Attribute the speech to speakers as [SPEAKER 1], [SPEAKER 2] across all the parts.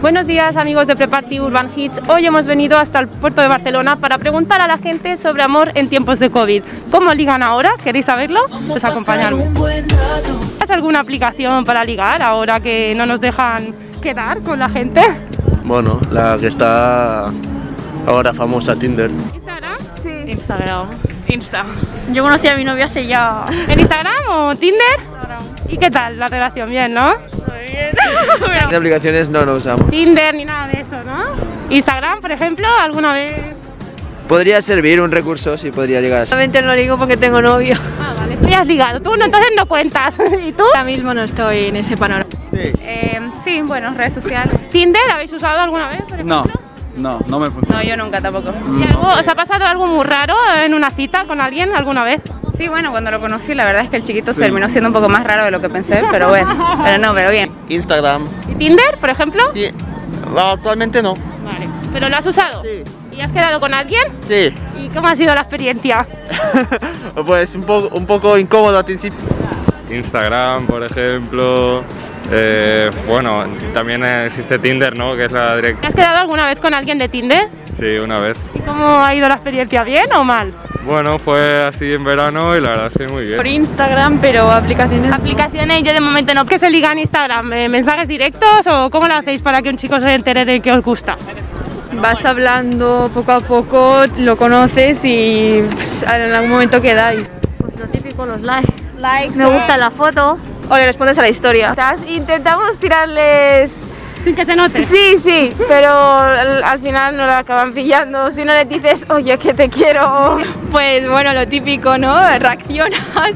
[SPEAKER 1] Buenos días amigos de Preparty Urban Hits. Hoy hemos venido hasta el puerto de Barcelona para preguntar a la gente sobre amor en tiempos de COVID. ¿Cómo ligan ahora? ¿Queréis saberlo? Pues acompañarme. ¿Has alguna aplicación para ligar ahora que no nos dejan quedar con la gente?
[SPEAKER 2] Bueno, la que está ahora famosa Tinder.
[SPEAKER 1] ¿Instagram?
[SPEAKER 3] Sí.
[SPEAKER 1] Instagram.
[SPEAKER 3] Insta. Yo conocí a mi novia hace ya.
[SPEAKER 1] ¿En Instagram o Tinder? ¿Y qué tal la relación? Bien, ¿no?
[SPEAKER 3] Muy bien.
[SPEAKER 4] De aplicaciones no, no usamos.
[SPEAKER 1] Tinder ni nada de eso, ¿no? Instagram, por ejemplo, alguna vez.
[SPEAKER 4] Podría servir un recurso, sí, podría llegar a ser.
[SPEAKER 5] Solamente no digo porque tengo novio.
[SPEAKER 1] Ah, vale. Tú ya has ligado, tú no, entonces no cuentas. ¿Y tú?
[SPEAKER 5] Ahora mismo no estoy en ese panorama. Eh,
[SPEAKER 3] sí, bueno, redes sociales.
[SPEAKER 1] ¿Tinder habéis usado alguna vez? Por ejemplo?
[SPEAKER 6] No, no, no me funciona.
[SPEAKER 5] No, yo nunca tampoco.
[SPEAKER 1] ¿Y algo- ¿Os ha pasado algo muy raro en una cita con alguien alguna vez?
[SPEAKER 5] Sí, bueno, cuando lo conocí, la verdad es que el chiquito terminó siendo un poco más raro de lo que pensé, pero bueno, pero no, pero bien.
[SPEAKER 2] Instagram.
[SPEAKER 1] ¿Y Tinder, por ejemplo?
[SPEAKER 2] Sí. Actualmente no.
[SPEAKER 1] Vale. ¿Pero lo has usado?
[SPEAKER 2] Sí.
[SPEAKER 1] ¿Y has quedado con alguien?
[SPEAKER 2] Sí.
[SPEAKER 1] ¿Y cómo ha sido la experiencia?
[SPEAKER 2] pues un poco, un poco incómodo al principio.
[SPEAKER 7] Instagram, por ejemplo. eh, bueno, también existe Tinder, ¿no? Que es la directa.
[SPEAKER 1] ¿Has quedado alguna vez con alguien de Tinder?
[SPEAKER 7] Sí, una vez.
[SPEAKER 1] ¿Y cómo ha ido la experiencia? ¿Bien o mal?
[SPEAKER 7] Bueno, fue así en verano y la verdad es que muy bien.
[SPEAKER 3] Instagram, pero aplicaciones.
[SPEAKER 1] Aplicaciones yo de momento no. ¿Qué se liga en Instagram? ¿Eh, ¿Mensajes directos o cómo lo hacéis para que un chico se entere de que os gusta?
[SPEAKER 3] Vas hablando poco a poco, lo conoces y pss, en algún momento quedáis.
[SPEAKER 8] Pues lo típico, los likes. Me gusta la foto.
[SPEAKER 5] O le respondes a la historia.
[SPEAKER 9] Quizás Intentamos tirarles.
[SPEAKER 1] Sin que se note.
[SPEAKER 9] Sí, sí, pero al al final no la acaban pillando. Si no le dices, oye, que te quiero.
[SPEAKER 5] Pues bueno, lo típico, ¿no? Reaccionas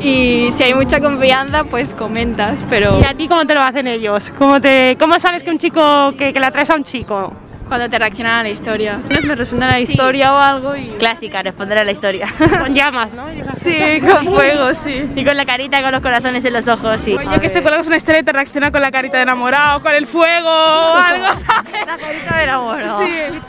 [SPEAKER 5] y si hay mucha confianza, pues comentas, pero
[SPEAKER 1] ¿Y a ti cómo te lo hacen ellos? ¿Cómo, te, cómo sabes que un chico, que, que le atraes a un chico?
[SPEAKER 5] cuando te reaccionan a la historia.
[SPEAKER 3] Me responden a la historia o algo y.
[SPEAKER 9] Clásica, responder a la historia.
[SPEAKER 1] Con llamas, ¿no? Y esas
[SPEAKER 3] Sí, con fuego, sí.
[SPEAKER 9] Y con la carita, con los corazones en los ojos, sí.
[SPEAKER 3] Yo que sé, cuelgas una historia y te reacciona con la carita de enamorado, con el fuego o algo, ¿sabes?
[SPEAKER 9] La carita del amor.
[SPEAKER 1] cosas.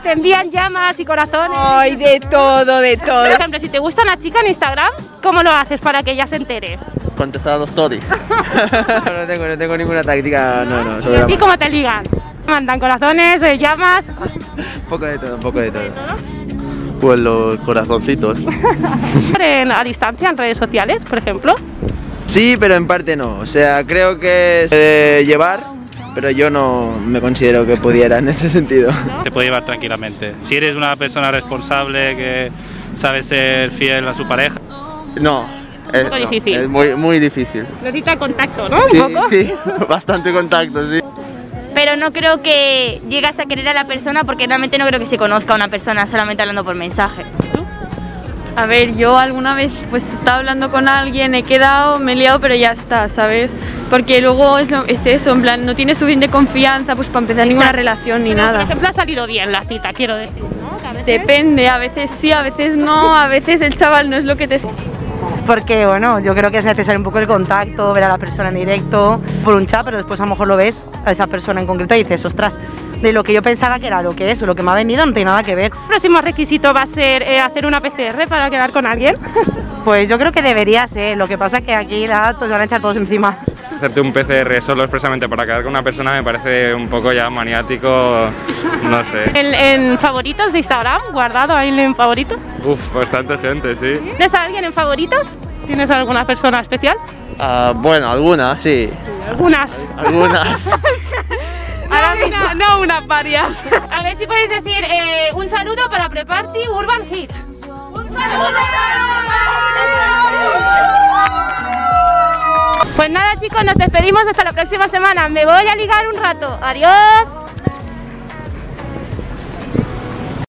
[SPEAKER 1] Te envían llamas y corazones.
[SPEAKER 5] Ay, de todo, de todo.
[SPEAKER 1] Por ejemplo, si te gusta una chica en Instagram, ¿cómo lo haces para que ella se entere?
[SPEAKER 2] Contestado dos stories.
[SPEAKER 4] No tengo, no tengo ninguna táctica, no, no,
[SPEAKER 1] ¿Y
[SPEAKER 4] sobre
[SPEAKER 1] a
[SPEAKER 4] la
[SPEAKER 1] ti cómo te ligan? Mandan corazones, eh, llamas.
[SPEAKER 4] Un poco de todo, un poco de todo.
[SPEAKER 2] Pues los corazoncitos.
[SPEAKER 1] En- a distancia en redes sociales, por ejemplo.
[SPEAKER 4] Sí, pero en parte no. O sea, creo que se debe llevar, pero yo no me considero que pudiera en ese sentido.
[SPEAKER 10] te puede llevar tranquilamente. Si eres una persona responsable que sabe ser fiel a su pareja.
[SPEAKER 2] No. Es,
[SPEAKER 1] poco
[SPEAKER 2] no,
[SPEAKER 1] difícil.
[SPEAKER 2] es muy, muy difícil.
[SPEAKER 1] Necesita contacto, ¿no? Un
[SPEAKER 2] Sí,
[SPEAKER 1] poco.
[SPEAKER 2] sí, bastante contacto, sí.
[SPEAKER 9] Pero no creo que llegas a querer a la persona porque realmente no creo que se conozca a una persona solamente hablando por mensaje.
[SPEAKER 3] A ver, yo alguna vez pues estaba hablando con alguien, he quedado, me he liado, pero ya está, ¿sabes? Porque luego es, lo- es eso, en plan, no tienes suficiente confianza pues para empezar ninguna
[SPEAKER 1] Exacto.
[SPEAKER 3] relación ni
[SPEAKER 1] Pero, Por
[SPEAKER 3] nada.
[SPEAKER 1] ejemplo, ha salido bien la cita, quiero decir, ¿no? Que a veces-
[SPEAKER 3] Depende, a veces sí, a veces no, a veces el chaval no es lo que te...
[SPEAKER 9] Porque, bueno, yo creo que es necesario un poco el contacto, ver a la persona en directo, por un chat, pero después a lo mejor lo ves a esa persona en concreto y dices, ostras, de lo que yo pensaba que era lo que es o lo que me ha venido no tiene nada que ver.
[SPEAKER 1] El próximo requisito va a ser eh, hacer una PCR para quedar con alguien.
[SPEAKER 9] Pues yo creo que debería ser, lo que pasa es que aquí la datos van a echar todos encima.
[SPEAKER 7] Hacerte un PCR solo expresamente para quedar con una persona me parece un poco ya maniático, no sé.
[SPEAKER 1] En, en favoritos de Instagram, guardado ahí en favoritos.
[SPEAKER 7] Uf, bastante gente, sí.
[SPEAKER 1] ¿Tienes a alguien en favoritos? ¿Tienes alguna persona especial?
[SPEAKER 2] Ah, bueno, algunas, sí.
[SPEAKER 1] Algunas.
[SPEAKER 2] Algunas.
[SPEAKER 1] Ahora
[SPEAKER 5] No, no unas varias.
[SPEAKER 1] A ver si podéis decir eh, un saludo para Preparty Urban Hits. Pues nada chicos, nos despedimos hasta la próxima semana. Me voy a ligar un rato. Adiós.